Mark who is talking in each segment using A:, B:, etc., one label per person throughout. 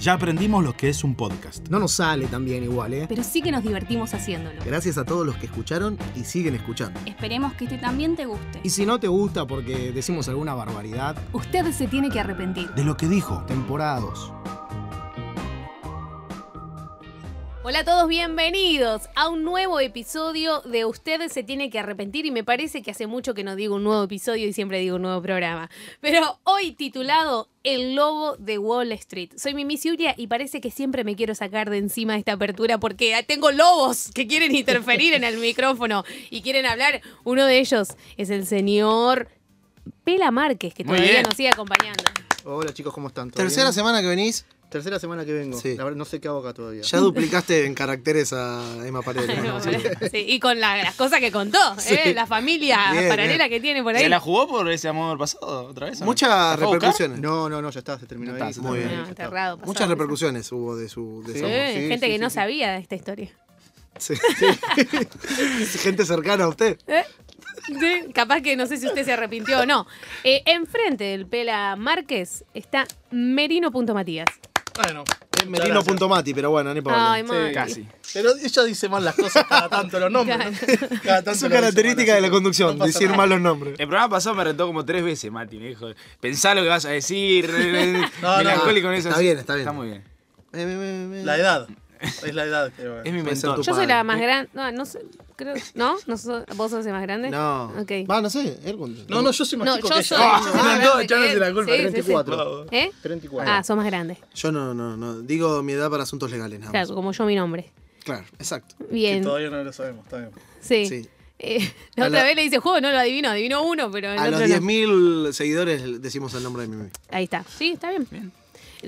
A: Ya aprendimos lo que es un podcast.
B: No nos sale tan bien igual, ¿eh?
C: pero sí que nos divertimos haciéndolo.
B: Gracias a todos los que escucharon y siguen escuchando.
C: Esperemos que este también te guste.
B: Y si no te gusta porque decimos alguna barbaridad,
C: Usted se tiene que arrepentir.
A: De lo que dijo.
B: temporados.
C: Hola a todos, bienvenidos a un nuevo episodio de Ustedes se tiene que arrepentir y me parece que hace mucho que no digo un nuevo episodio y siempre digo un nuevo programa. Pero hoy titulado El Lobo de Wall Street. Soy Mimi Ciuria y parece que siempre me quiero sacar de encima esta apertura porque tengo lobos que quieren interferir en el micrófono y quieren hablar. Uno de ellos es el señor Pela Márquez que
D: Muy
C: todavía
D: bien.
C: nos sigue acompañando.
E: Hola chicos, ¿cómo están? ¿Todo
B: Tercera
E: bien?
B: semana que venís,
E: Tercera semana que vengo.
B: Sí.
E: La verdad, no sé qué hago acá todavía.
B: ya duplicaste en caracteres a Emma Paredes. ¿no? Sí.
C: Sí, y con la- las cosas que contó, ¿eh? la familia
B: Bien,
C: paralela que tiene por ahí.
D: ¿Se la jugó por ese amor pasado otra vez? ¿La
B: Muchas
D: fue a buscar?
B: repercusiones.
E: No, no, no, ya está, se terminó
D: Ya
E: ahí.
D: está,
E: se
B: muy
E: terminó
B: bien.
E: ahí,
C: No,
E: ya está.
C: enterrado, pasado,
B: Muchas
C: pasado.
B: repercusiones hubo de su de
E: Sí.
C: Sí,
B: esa-
E: sí,
C: gente
E: sí,
C: que no
E: sí.
C: sabía de esta historia.
B: Sí. Gente cercana a usted.
C: Sí, Capaz que no sé si usted se arrepintió o no. Eh, enfrente del Pela Márquez está Merino.matías.
F: Bueno, muchas gracias.
B: Merino.mati, pero bueno, no importa.
C: Ay, Mati.
D: Casi.
F: Pero ella dice mal las cosas cada tanto los nombres.
C: Claro.
F: ¿no? Cada tanto
B: Es su
F: lo dice
B: característica de
F: mal,
B: la
F: así que
B: conducción,
F: no pasa
B: decir
F: nada.
B: malos nombres.
D: El programa pasado me retó como tres veces, Mati. Me dijo, pensá lo que vas a decir.
F: no.
D: melancólico en eso.
B: Está
D: así.
B: bien, está bien.
D: Está muy bien.
B: Eh, eh, eh, eh.
F: La edad. Es la edad. que, bueno.
D: Es mi
B: Puede ser
D: mentor.
B: tu
C: Yo soy la
B: padre.
C: más grande. No, no sé. Creo, ¿No? ¿No sos- ¿Vos sos el más grande?
B: No.
C: Ok.
B: Va, no sé. él contó.
F: No, no, yo soy más
C: No,
F: chico
C: yo
F: que
C: soy.
F: ella.
C: mucho más
F: no,
C: grande
F: ya no
C: que
F: es
C: él.
F: la culpa.
C: Sí, sí, sí.
E: 34.
C: ¿Eh?
E: 34.
C: Ah, sos más grande.
B: Yo no, no, no. Digo mi edad para asuntos legales, nada más.
C: Claro, como yo mi nombre.
B: Claro, exacto.
F: Que
C: Bien.
F: todavía no lo sabemos, está bien.
C: Sí.
B: Sí.
C: Eh, la
B: A
C: otra
B: la-
C: vez le dice juego, no lo adivinó, adivinó uno, pero el
B: A los
C: otro no.
B: 10.000 seguidores decimos el nombre de Mimi.
C: Ahí está. Sí, está bien.
D: Bien.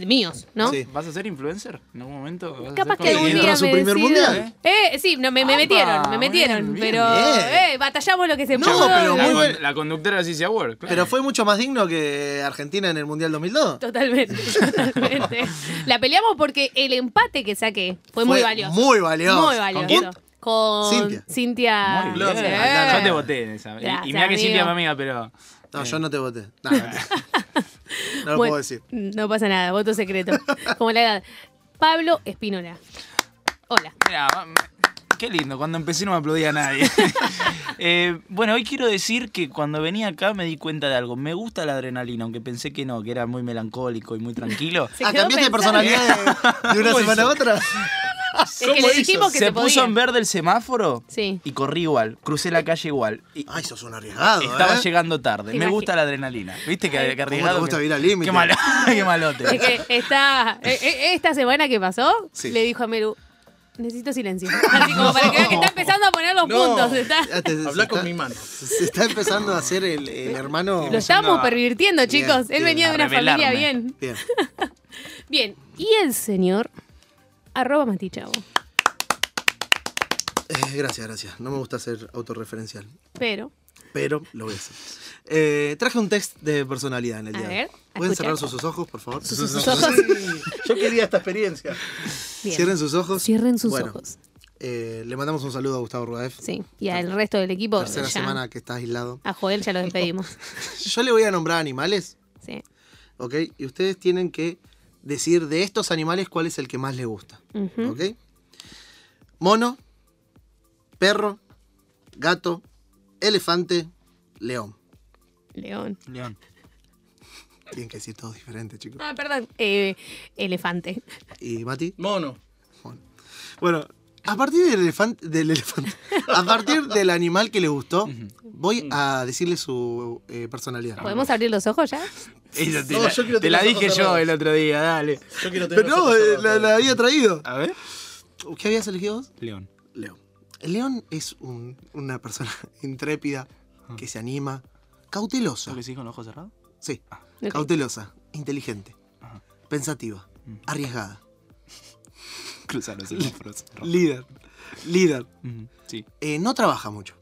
C: Míos, ¿no?
B: Sí.
D: ¿Vas a ser influencer en algún momento? ¿Vas a
C: Capaz
D: ser
C: que algún
D: contenido?
B: Entra
C: día
B: a su
C: me
B: primer
C: decida.
B: mundial.
C: Eh, sí, no, me, me
D: Apa,
C: metieron, me
D: bien,
C: metieron,
D: Ah, bien.
C: pero
B: Bien.
C: eh, batallamos lo que se
B: No,
C: pudo.
B: pero
D: La,
B: muy
D: con-
B: bueno.
D: la conductora de CC Award. claro.
B: Pero fue mucho más digno que Argentina en el Mundial 2002.
C: Totalmente, totalmente. La peleamos porque el empate que saqué fue, muy valioso.
B: Muy valioso.
C: Muy valioso.
D: ¿Con quién?
C: Con
B: Cintia.
C: Cintia.
D: Muy
F: Lo
D: Ah, bien.
F: sé.
D: Andá, Yo te voté en esa. Y-
C: Gracias,
D: y mira que
C: amigo.
D: Silvia es mi amiga, pero.
B: No, yo no te voté. No, mentira. No lo
C: Bueno,
B: puedo decir.
C: No pasa nada, voto secreto. Como la edad. Pablo Espínola. Hola.
D: Mirá, va- me- qué lindo, cuando empecé no me aplaudía nadie. Eh, bueno, hoy quiero decir que cuando venía acá me di cuenta de algo. Me gusta la adrenalina, aunque pensé que no, que era muy melancólico y muy tranquilo.
C: Se
B: ah,
C: quedó
B: ¿cambiaste de
C: pensando.
B: personalidad de, de una semana a otra?
C: Es que le dijimos que se,
D: se puso
C: podía.
D: en verde el semáforo
C: Sí.
D: y corrí igual, crucé la calle igual. Y
B: Ay, sos un arriesgado,
D: estaba
B: ¿eh?
D: llegando tarde. Me
C: Imagi-
D: gusta la adrenalina. ¿Viste que, que
B: te
D: arriesgado?
B: gusta
D: que-
B: vivir al límite?
D: Qué, malo- qué malote.
C: Es que esta, e- e- esta semana que pasó,
B: Sí.
C: le dijo a Meru, necesito silencio. Así como para que vea que está empezando a poner los
F: No.
C: puntos. está-
B: Ya te- este se
F: Habla
B: está-
F: con mi mano.
B: Se está empezando a hacer el, el hermano...
C: lo estamos
D: a-
C: pervirtiendo,
B: Bien,
C: chicos. Él
B: bien.
C: venía de
D: A
C: una familia
D: rebelarme.
C: bien.
B: Bien.
C: Bien. Y el señor, arroba Matichavo.
B: Eh, gracias, gracias. No me gusta ser autorreferencial,
C: Pero,
B: pero lo voy a hacer. Eh, traje un test de personalidad en el
C: A
B: día. de
C: ver,
B: hoy. ¿Pueden
C: escucha.
B: cerrar sus, sus ojos, por favor?
C: sus, sus ojos.
F: Yo quería esta experiencia.
C: Bien.
B: Cierren sus ojos.
C: Cierren sus
B: Bueno,
C: ojos.
B: eh, le mandamos un saludo a Gustavo Rudaef.
C: Sí. Y al resto del equipo.
B: Tercera
C: ya-
B: semana que está aislado.
C: A Joel ya lo despedimos.
B: Yo le voy a nombrar animales,
C: Sí.
B: ¿ok? Y ustedes tienen que decir de estos animales cuál es el que más les gusta,
C: Ujú.
B: ¿ok? Mono, perro, gato, elefante, león.
C: León.
D: León.
B: Tienen que decir todos diferentes, chicos.
C: Ah, perdón. Eh, elefante.
B: ¿Y Mati?
F: Mono.
B: Bueno, a partir del elefante, del elefante, a partir del animal que le gustó, voy a decirle su eh, personalidad.
C: Mm. ¿Podemos abrir los ojos ya?
D: Esa te
F: No,
D: la,
F: yo quiero
D: te
F: tener
D: la
F: los ojos
D: dije yo
F: cerrados.
D: el otro día, dale.
F: Yo quiero tener
B: Pero
F: los
B: no,
F: ojos
B: eh,
F: cerrados.
B: la, la había traído.
D: A ver.
B: Ah. ¿Qué habías elegido vos?
D: León.
B: León. El León es un- una persona intrépida, que se anima, cautelosa.
D: Ah. ¿Lo que sí con los ojos cerrados? Ah.
B: Sí,
C: Ok.
B: cautelosa, inteligente,
D: Ajá. Mm.
B: pensativa, arriesgada,
D: Cruzar los semáforos. Rojo.
B: líder, líder.
D: Ujú, Sí.
B: Eh, no trabaja mucho,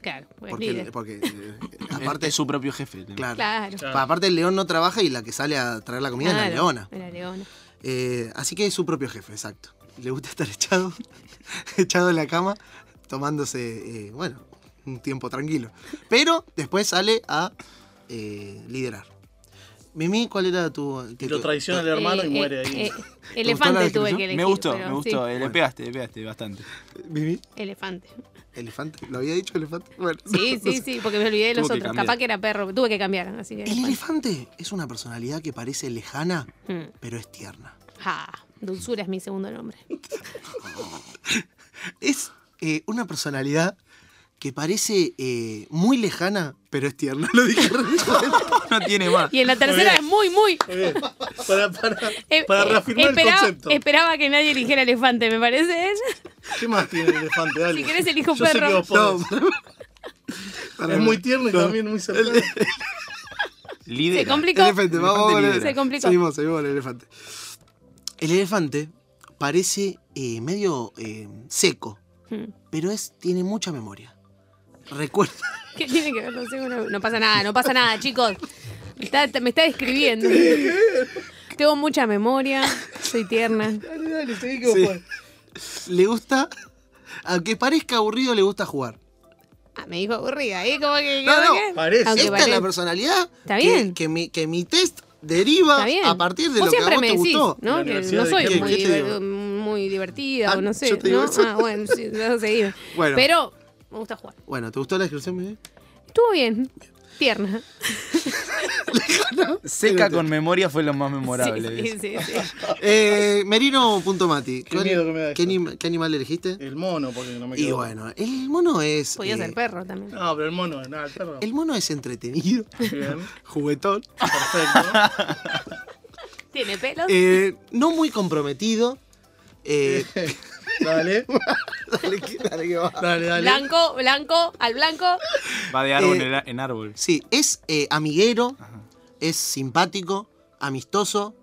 C: Claro. pues,
B: porque,
C: líder.
B: porque, eh, aparte,
D: es su propio jefe.
B: claro,
C: Claro.
B: Pa- Aparte el león no trabaja y la que sale a traer la comida es la
C: Claro,
B: leona.
C: Era leona.
B: Eh, así que es su propio jefe, exacto. Le gusta estar echado, echado en la cama, tomándose, eh, bueno, un tiempo tranquilo. Pero después sale a eh, liderar. Mimi, ¿cuál era tu...? que
F: Y lo
B: tu-
F: traiciona el hermano
C: Eh,
F: y muere
C: eh,
F: ahí.
C: eh,
B: gustó la
C: elefante tuve
B: descripción?
C: que elegir.
D: me gustó,
C: pero
D: me
C: sí,
D: gustó. eh, Le pegaste, le pegaste bastante.
B: ¿Mimi?
C: elefante.
B: ¿Elefante? ¿Lo había dicho elefante? Bueno,
C: Sí,
B: no
C: sí,
B: sé.
C: sí, porque me olvidé de los
D: Tuvo que
C: otros.
D: cambiar.
C: Capaz que era perro, tuve que cambiar. Así que
B: El elefante es una personalidad que parece lejana,
C: Mm.
B: pero es tierna.
C: Ah, dulzura es mi segundo nombre.
B: Es eh, una personalidad que parece eh, muy lejana, pero es tierna. Lo dije re mal.
D: No tiene más.
C: Y en la tercera es muy, muy.
F: Muy bien. Para, para,
C: eh,
F: para
C: eh,
F: reafirmar
C: esperaba,
F: el concepto.
C: esperaba que nadie eligiera elefante, me parece.
F: ¿Qué más tiene el elefante? Dale.
C: Si querés elijo
F: Yo sé
C: perro.
F: que vos
B: No,
F: podés.
B: para-
F: es muy tierno y
B: No.
F: también muy cercano.
C: Se
D: Líder.
C: complicó.
B: Elefante, vamos con el-
C: Se complicó.
B: Seguimos, seguimos con el elefante. El elefante parece eh, medio eh, seco,
C: Mm.
B: pero es, tiene mucha memoria. Recuerda.
C: ¿Qué tiene que ver? No, sé, una- no pasa nada, no pasa nada, chicos. Me está, me está describiendo. Tengo mucha memoria, soy tierna.
F: Dale, dale, seguí que vos
B: Sí.
F: podés.
B: Le gusta. Aunque parezca aburrido, le gusta jugar.
C: Ah, me dijo aburrida, ¿eh? Como que,
B: No,
C: como
B: no,
C: que-
F: parece.
C: Aunque
B: Esta es la
C: parece-
B: personalidad
C: Está
B: que-
C: bien.
B: Que, mi, que mi test
C: Está
B: deriva
C: bien.
B: a partir de
C: Vos
B: lo que a
C: siempre
B: vos
C: me
B: te
C: decís,
B: gustó.
C: ¿no?
F: La
C: Que
F: universidad
C: no
F: de
C: soy
B: qué,
C: muy,
B: ¿qué te digo?
C: diver- muy divertida
B: Ah,
C: o no sé.
B: yo te digo
C: ¿no?
B: eso.
C: Ah, bueno, sí, no seguí.
B: Bueno.
C: Pero me gusta jugar.
B: Bueno, ¿te gustó la descripción, Miguel?
C: Estuvo bien. Tierna.
D: Seca con memoria fue lo más
C: Sí,
D: memorable.
C: sí, sí, sí.
B: Eh, Merino.mati.
F: Qué miedo que me da
B: ¿qué,
F: esto.
B: anim- qué animal elegiste?
F: El mono, porque no me quedó.
B: Y bueno, el mono es.
C: Podía
B: eh,
C: ser perro también.
F: No, pero el mono, no, el perro.
B: El mono es entretenido,
F: Bien,
B: juguetón,
F: Ah. perfecto.
C: Tiene pelos.
B: eh, no muy comprometido. eh,
F: Dale,
B: dale, que- dale que va.
F: dale, dale.
C: Blanco, blanco, al blanco.
D: Va de árbol
B: Eh,
D: en a- en árbol.
B: Sí, es eh, amiguero, es simpático, amistoso,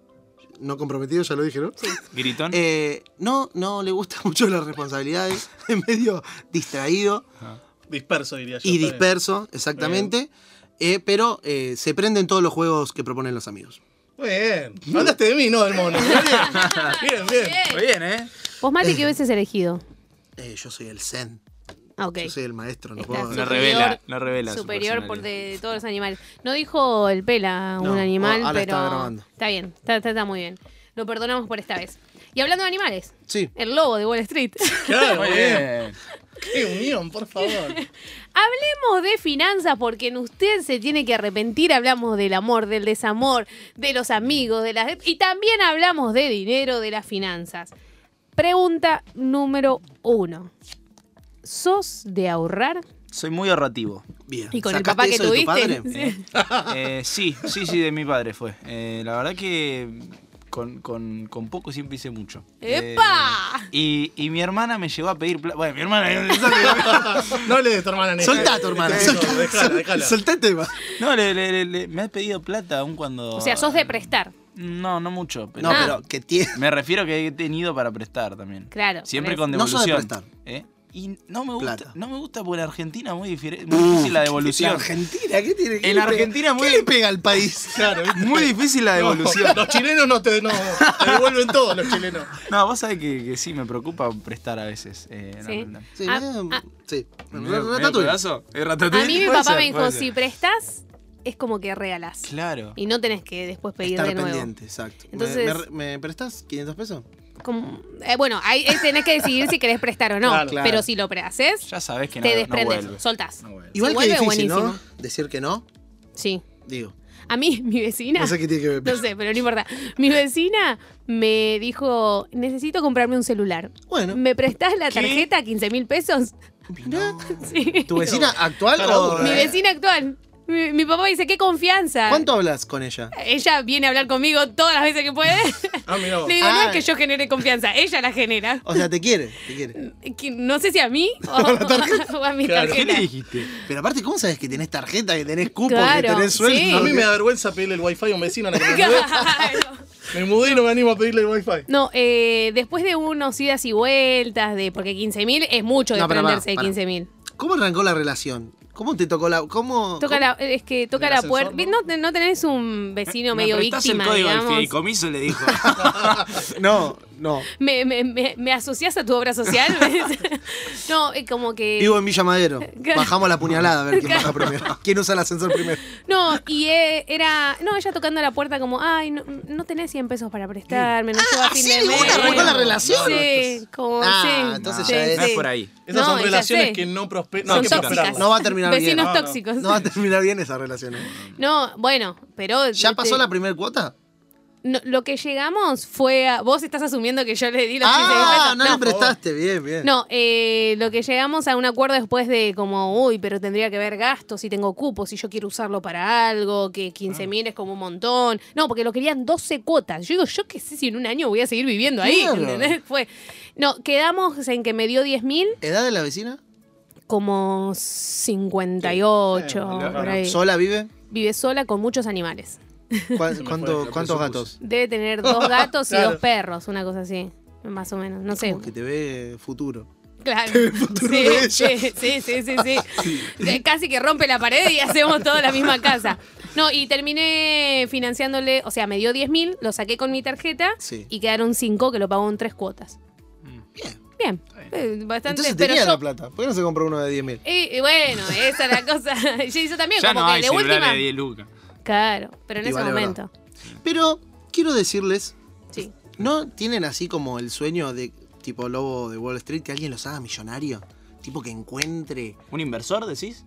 B: no comprometido, ya lo dije, ¿no?
D: Gritón.
B: Eh, no, no le gustan mucho las responsabilidades, es medio distraído
F: Disperso, diría yo.
B: y
F: está bien.
B: disperso, exactamente. eh, pero eh, se prende en todos los juegos que proponen los amigos.
F: Muy bien. Hablaste de mí, no del mono. Bien, bien. bien.
D: Muy bien, ¿eh?
C: Vos, Mati, ¿qué hubieses elegido?
B: Eh, yo soy el zen,
C: Ah, ok.
B: yo soy el maestro, no
C: Está
B: puedo...
D: No
C: Superior-
D: revela, no revela. su
C: superior por
D: personalidad.
C: de todos los animales. No dijo el pela a un
B: No,
C: animal,
B: ahora
C: pero
B: está grabando.
C: está bien, está, está- está muy bien. Lo perdonamos por esta vez. Y hablando de animales,
B: Sí.
C: el lobo de Wall Street.
F: Claro,
D: Muy
F: bien.
D: bien.
F: Qué unión, por favor.
C: Hablemos de finanzas porque en usted se tiene que arrepentir. Hablamos del amor, del desamor, de los amigos, de las y también hablamos de dinero, de las finanzas. Pregunta número uno. ¿Sos de ahorrar?
D: Soy muy ahorrativo.
B: Bien.
C: Y con el
B: ¿Sacaste
C: papá que
B: eso de tu
C: tuviste.
B: padre?
C: Sí.
D: Eh, sí, sí, sí, de mi padre fue. Eh, la verdad que con, con- con poco siempre hice mucho. Eh,
C: ¡Epa!
D: y, y mi hermana me llevó a pedir plata. Bueno, mi hermana.
F: No le des tu hermana ni
B: Soltá a tu hermana. soltá,
F: Déjala,
B: sol-
F: déjala.
B: soltá el tema.
C: Ah.
D: No, le- le- le- le- me ha pedido plata aún cuando.
C: O sea, sos de prestar.
D: No, no mucho. Pero
B: No,
C: Ah.
B: pero que tiene...
D: Me refiero que he tenido para prestar también.
C: Claro,
D: Siempre
C: por
D: con
B: eso. No sos de
D: devolución.
B: prestar.
D: ¿Eh? Y no me gusta,
B: Plata.
D: no me gusta porque en Argentina es muy, difer- muy difícil la
B: La
D: devolución.
B: Argentina, ¿qué tiene que
D: En Argentina muy-
B: ¿Qué le pega al país?
F: Claro, ¿viste?
D: Muy difícil la
F: No,
D: devolución.
F: los chilenos no te, no, te devuelven todo, los chilenos.
D: No, vos sabés que, que sí, me preocupa prestar a veces. eh, la
C: Sí.
D: verdad.
B: Sí,
C: Ah,
B: medio-
C: ah.
B: sí.
D: ¿Medio- medio
B: Ratatouille.
D: pedazo? ¿Es Ratatouille?
C: A mí mi
D: Puede
C: papá
D: ser,
C: me
D: puede
C: dijo,
D: ser.
C: si prestas, es como que regalás.
D: Claro.
C: Y no tenés que después pedir
B: Estar
C: de nuevo.
B: pendiente, exacto. ¿Me-
C: Entonces-
B: ¿Me, re- me prestás 500 pesos?
C: Como- eh, bueno, ahí ahí tenés que decidir si querés prestar o no.
F: Claro,
B: claro.
C: Pero si lo pre- haces,
D: Ya sabés que no,
C: te
D: no
C: desprendes,
D: vuelve.
C: soltás.
D: No vuelve.
B: Igual que
C: vuelve
B: difícil, ¿no?
C: buenísimo.
B: Decir que no,
C: Sí.
B: digo.
C: A mí, mi vecina.
B: No sé qué tiene que ver.
C: No sé, pero no importa. Mi vecina me dijo, necesito comprarme un celular.
B: Bueno.
C: ¿Me prestás la tarjeta 15 mil pesos?
B: Mirá.
C: Sí.
B: ¿Tu vecina actual
F: Cara
B: o...?
F: dura,
C: Mi
F: eh.
C: vecina actual. Mi, mi papá dice, qué confianza.
B: ¿Cuánto hablas con ella?
C: Ella viene a hablar conmigo todas las veces que puede.
F: Ah, mirá vos.
C: Le digo, no
B: Ah.
C: es que yo genere confianza, ella la genera.
B: O sea, te quiere, te quiere.
C: Que No sé si a mí o, o a mi
F: Claro.
D: ¿Qué
C: tarjeta.
D: le dijiste?
B: Pero aparte, ¿cómo sabes que tenés tarjeta, que tenés cupo,
C: Claro,
B: que tenés sueldo?
C: sí.
F: A mí me da vergüenza pedirle el wifi a un vecino. en la que me, mudé.
C: Claro.
F: me mudé y no me animo a pedirle el wifi.
C: No, eh, después de unos idas y vueltas, de porque 15.000 es mucho
B: No, pero
C: desprenderse
B: pará,
C: de 15.000.
B: ¿Cómo arrancó la relación? ¿Cómo te tocó la...? ¿Cómo...?
C: Toca la, es que toca
F: Del
C: la
F: ascensor,
C: puerta. ¿no? No, tenés un vecino medio
D: ¿Me prestás
C: víctima,
D: el código del
C: digamos.
D: fideicomiso? Le dijo.
B: No,
E: No.
C: ¿Me, me, me, me asocias a tu obra social? no, es como que...
E: Vivo en Villa Madero.
C: Eh. Claro.
E: Bajamos la puñalada a ver quién baja primero. ¿Quién usa el ascensor primero?
C: No, y eh, era. No, ella tocando la puerta como, ay, no, no tenés 100 pesos para prestarme, no llevo a
E: Ah,
C: fin
E: sí,
C: de
E: de
C: mes.
E: una, arrancó la relación.
C: Sí, como,
E: Ah,
C: sí.
E: entonces
C: sí,
E: ya
D: No
C: sí.
D: es por ahí.
F: Esas
C: No,
F: son
C: ya sé.
F: relaciones que no prosperan. No,
C: Son
F: hay que
C: tóxicas.
F: prosperarlas.
E: No va a terminar bien.
C: Vecinos
E: No,
F: no.
C: tóxicos.
E: No va a terminar bien esa relación. ¿eh?
C: No, bueno, pero.
E: ¿Ya
C: este,
E: pasó la primera cuota?
C: no, lo que llegamos fue a. Vos estás asumiendo que yo le di los 15 mil
E: Ah,
C: pesos.
E: no, le prestaste. Bien, bien.
C: No, eh, lo que llegamos a un acuerdo después de como, uy, pero tendría que haber gastos, si tengo cupos, si yo quiero usarlo para algo, que 15 mil es como un montón. No, porque lo querían 12 cuotas. Yo digo, yo qué sé si en un año voy a seguir viviendo ahí.
E: Claro.
C: ¿entendés? Fue, no, quedamos en que me dio 10 mil
E: ¿Edad de la vecina?
C: como 58. por ahí.
E: ¿Sola vive?
C: Vive sola con muchos animales.
E: ¿Cuán- cuánto-
F: lo
E: ¿Cuántos
F: presupuse.
E: gatos?
C: Debe tener dos gatos y
F: Claro.
C: dos perros, una cosa así. Más o menos, no sé.
E: Como que te ve futuro.
C: Claro.
E: de ella.
C: Sí, sí, sí, sí, sí, sí. Eh, Casi que rompe la pared y hacemos toda la misma casa. No, y terminé financiándole, o sea, me dio 10 mil, lo saqué con mi tarjeta
E: Sí.
C: y quedaron 5 que lo pagó en tres cuotas.
E: Bien.
C: Bien, eh, bastante.
E: Entonces
C: pero
E: tenía
C: yo-
E: la plata. ¿Por qué no se compró uno de 10 mil?
C: Eh, y bueno, esa es la cosa. Yo hizo también,
D: Ya
C: como
D: no
C: que
D: hay
C: de última.
D: celulares de 10 lucas.
C: Claro, pero en
E: Y
C: ese
E: vale,
C: momento.
E: Pero quiero decirles,
C: Sí.
E: ¿no tienen así como el sueño de tipo lobo de Wall Street que alguien los haga millonario? Tipo que encuentre,
D: ¿Un inversor decís?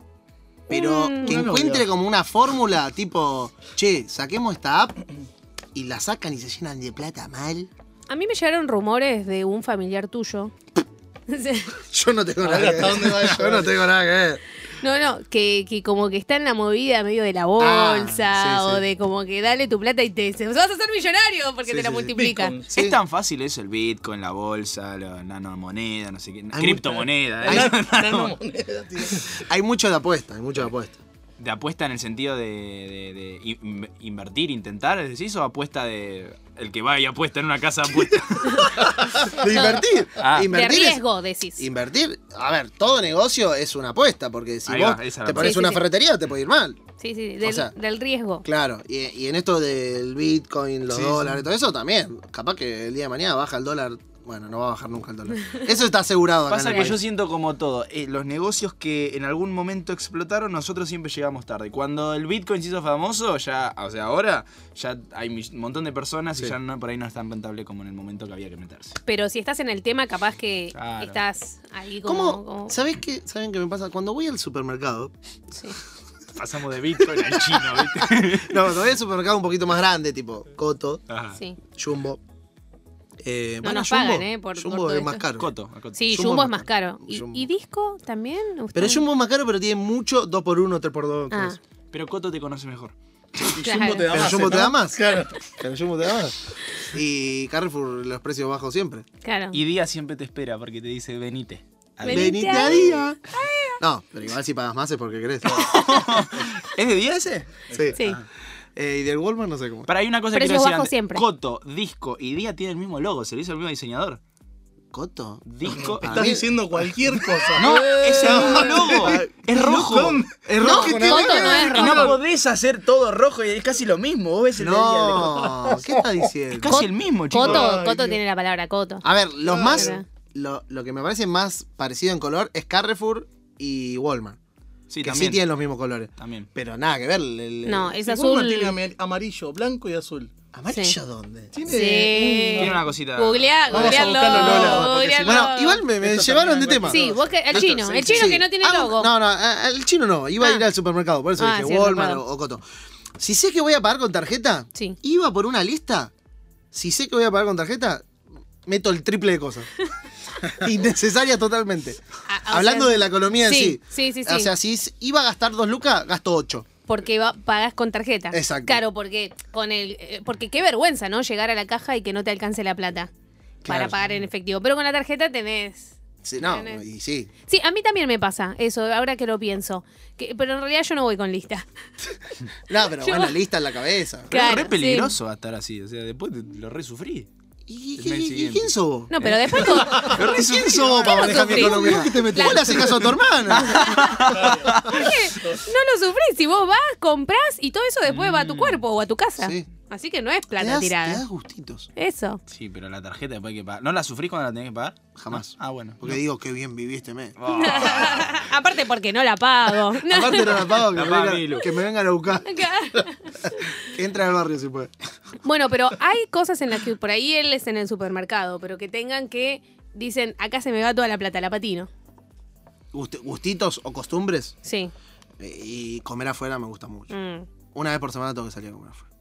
E: pero
C: Mm.
E: que
B: Una novia.
E: encuentre como una fórmula tipo, che, saquemos esta app y la sacan y se llenan de plata mal.
C: A mí me llegaron rumores de un familiar tuyo. Sí.
E: Yo no tengo
F: Ahora,
E: nada que
F: ¿hasta dónde va
E: ver.
F: eso?
E: Yo no tengo nada que ver.
C: No, no, que, que como que está en la movida medio de la bolsa
E: Ah, sí, sí.
C: o de como que dale tu plata y te dice, vas a ser millonario porque
E: Sí,
C: te la
E: sí, sí.
C: multiplica.
F: Bitcoin.
E: Sí.
D: Es tan fácil eso, el Bitcoin, la bolsa, la nanomoneda, no sé qué.
E: mucha-
D: criptomoneda, ¿eh?
F: No, no, moneda, tío.
E: Hay mucho de apuesta, hay mucho de apuesta.
D: ¿De apuesta en el sentido de, de- de in- invertir, intentar, decís? ¿O apuesta de el que va y apuesta en una casa de apuesta?
E: De invertir.
D: Ah. De
C: De
E: invertir es-
C: riesgo, decís.
E: Invertir, a ver, todo negocio es una apuesta, porque si
D: Ahí
E: vos
D: va, esa era
E: te
D: la
E: pones
C: apuesta.
E: una
C: Sí, sí, sí.
E: ferretería te puede ir mal.
C: Sí, sí, del,
E: O sea-
C: del riesgo.
E: Claro, y, y en esto del Bitcoin, los
F: Sí,
E: dólares, todo eso también. Capaz que el día de mañana baja el dólar. Bueno, no va a bajar nunca el dólar. Eso está asegurado. Acá
D: Pasa
E: en
D: que
E: el
D: yo
E: país.
D: siento como todo, eh, los negocios que en algún momento explotaron, nosotros siempre llegamos tarde. Cuando el Bitcoin se hizo famoso, ya, o sea, ahora ya hay mi- un montón de personas y ya no, por ahí no es tan rentable como en el momento que había que meterse.
C: Pero si estás en el tema, capaz que
D: Claro.
C: estás ahí como...
E: ¿Cómo?
C: como-
E: ¿Sabés qué? ¿Saben qué me pasa? Cuando voy al supermercado.
C: sí.
D: Pasamos de Bitcoin al chino, ¿viste?
E: No, cuando voy al supermercado un poquito más grande, tipo Coto,
D: Ajá.
C: sí.
E: Jumbo. Eh,
C: No
E: van a
C: nos
E: Jumbo.
C: pagan, eh, por- por
E: Jumbo
C: todo
E: es
C: esto.
E: más caro.
D: Coto, a Coto.
C: Sí,
E: Jumbo
C: Jumbo
E: es
C: es más
E: más
C: caro.
E: caro.
C: ¿Y,
E: Jumbo.
C: y disco también? ¿Ustedes?
E: Pero es Jumbo es más caro, pero tiene mucho 2x1, 3x2.
C: Ah.
E: todo eso.
D: Pero Coto te conoce mejor.
F: Y
C: Claro.
F: Jumbo te da
E: Pero
F: más.
E: Jumbo te
F: ¿no?
E: da más.
F: Claro.
E: Pero Jumbo te da más. Y Carrefour, los precios bajos siempre.
C: Claro.
D: Y Día siempre te espera porque te dice venite.
C: Venite
E: Venite
C: a
E: a día. No, pero igual si pagas más es porque querés.
D: ¿Es de Día ese?
E: Sí.
C: Sí.
E: Eh, y del Walmart no sé cómo.
D: Para hay una cosa que quiero
C: Precios
D: decir
C: bajos
D: antes.
C: siempre.
D: Coto, Disco y Día tienen el mismo logo, se lo hizo el mismo diseñador.
E: ¿Coto?
D: Disco.
F: Estás diciendo cualquier cosa.
D: No, es el mismo logo. Es rojo.
E: Es
C: No,
E: rojo,
C: Coto
E: tiene que
C: no
E: ver.
C: es
D: Y no
C: rojo.
D: podés hacer todo rojo y es casi lo mismo. Vos ves el de Día de Coto.
E: No, ¿qué está
D: Es
E: diciendo?
D: casi el mismo, chicos.
C: Coto,
F: Ay,
C: Coto
F: Dios.
C: tiene la palabra Coto.
E: A ver, los más.
C: Ah, mira.
E: Lo, lo que me parece más parecido en color es Carrefour y Walmart.
D: Sí,
E: que
D: también.
E: sí tienen los mismos colores.
D: También.
E: Pero nada que ver. el- el-
C: No, es
F: El Walmart
C: azul.
F: tiene ama- amarillo, blanco y azul.
E: ¿Amarillo
C: Sí.
E: dónde?
F: Tiene
C: Sí.
D: Tiene una cosita.
C: Eh, Googleá,
F: Vamos a
C: googlealo,
F: buscarlo, Lola, porque si-
C: googlealo.
E: Bueno, igual me, me
F: Esto
E: llevaron de
F: también
E: tema.
F: hay
C: Sí, vos que- el chino, el chino
E: Sí.
C: que no tiene
E: Ah,
C: logo.
E: No, no, a- el chino no. Iba
C: Ah.
E: a ir al supermercado, por eso
C: Ah,
E: dije
C: sí,
E: Walmart
C: recuerdo.
E: o, o Coto. Si sé que voy a pagar con tarjeta,
C: Sí.
E: iba por una lista. Si sé que voy a pagar con tarjeta, meto el triple de cosas. Innecesaria totalmente.
C: Ah, o
E: Hablando
C: sea,
E: de la economía en
C: sí,
E: sí.
C: sí, sí,
E: O
C: sí.
E: sea, si s- iba a gastar dos lucas, gasto ocho.
C: Porque va- pagas con tarjeta.
E: Exacto.
C: Claro, porque con el eh, porque qué vergüenza, ¿no? Llegar a la caja y que no te alcance la plata para
E: Claro.
C: pagar en efectivo. Pero con la tarjeta tenés.
E: Sí, no,
C: Tenés.
E: y sí.
C: Sí, a mí también me pasa eso, ahora que lo pienso. Que- pero en realidad yo no voy con lista.
E: No, pero
C: Yo-
E: buena lista en la cabeza.
C: Claro,
D: es re
C: sí.
D: peligroso estar así. O sea, después te- lo resufrí.
E: ¿Y,
D: El
E: y-
D: mes
E: y- y
D: siguiente.
E: quién sos vos?
C: No, pero después vos-
D: Lo
E: ¿Quién
D: resufrí.
E: sos vos para
C: no
E: manejar mi
C: sufrí?
E: economía? Vos le haces caso a tu hermana.
C: ¿por qué? no lo sufrís. Si vos vas, comprás y todo eso después va a tu cuerpo o a tu casa.
E: Sí.
C: Así que no es
E: Te
C: plata
E: das, te das
C: tirada.
E: gustitos.
C: Eso.
D: Sí, pero la tarjeta después hay que pagar. ¿No la sufrís cuando la tenés que pagar?
E: Jamás.
D: Ah, bueno.
E: Porque digo, qué bien viví este mes.
C: Aparte porque no la pago.
E: Aparte no la pago, que,
D: La
E: me
D: paga
E: vengan-
D: Milu.
E: que me vengan a buscar. Que entren al barrio si puede.
C: Bueno, pero hay cosas en las que por ahí él es en el supermercado, pero que tengan que dicen, acá se me va toda la plata, la patino.
E: Gust- gustitos o costumbres.
C: Sí.
E: eh, Y comer afuera me gusta mucho.
C: Mm.
E: Una vez por semana tengo que salir a comer afuera.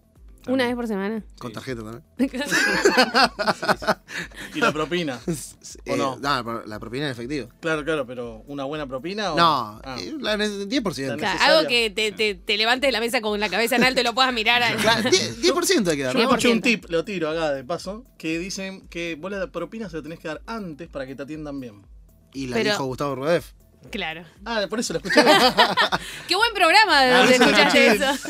C: Una vez por semana.
E: Con tarjeta también.
F: Y la propina. ¿O
E: Eh,
F: no?
E: nada, pero la propina en efectivo.
F: Claro, claro, pero ¿una buena
B: Oh.
F: propina o.?
E: No,
F: Ah.
E: eh, la nece- 10%.
F: Claro.
C: Claro,
F: necesaria.
C: algo que te, te- te levantes de la mesa con la cabeza en alto y lo puedas mirar. a-
E: Claro, 10%, hay que dar.
F: Yo
E: ¿no?
C: Sí.
F: escuché
C: 10%.
F: un tip, lo tiro acá de paso, que dicen que vos la propina se la tenés que dar antes para que te atiendan bien.
E: Y la
C: Pero-
E: dijo Gustavo Rodef.
C: Claro.
F: Ah, por eso la escuché. y
C: Qué buen programa de donde escuchaste eso.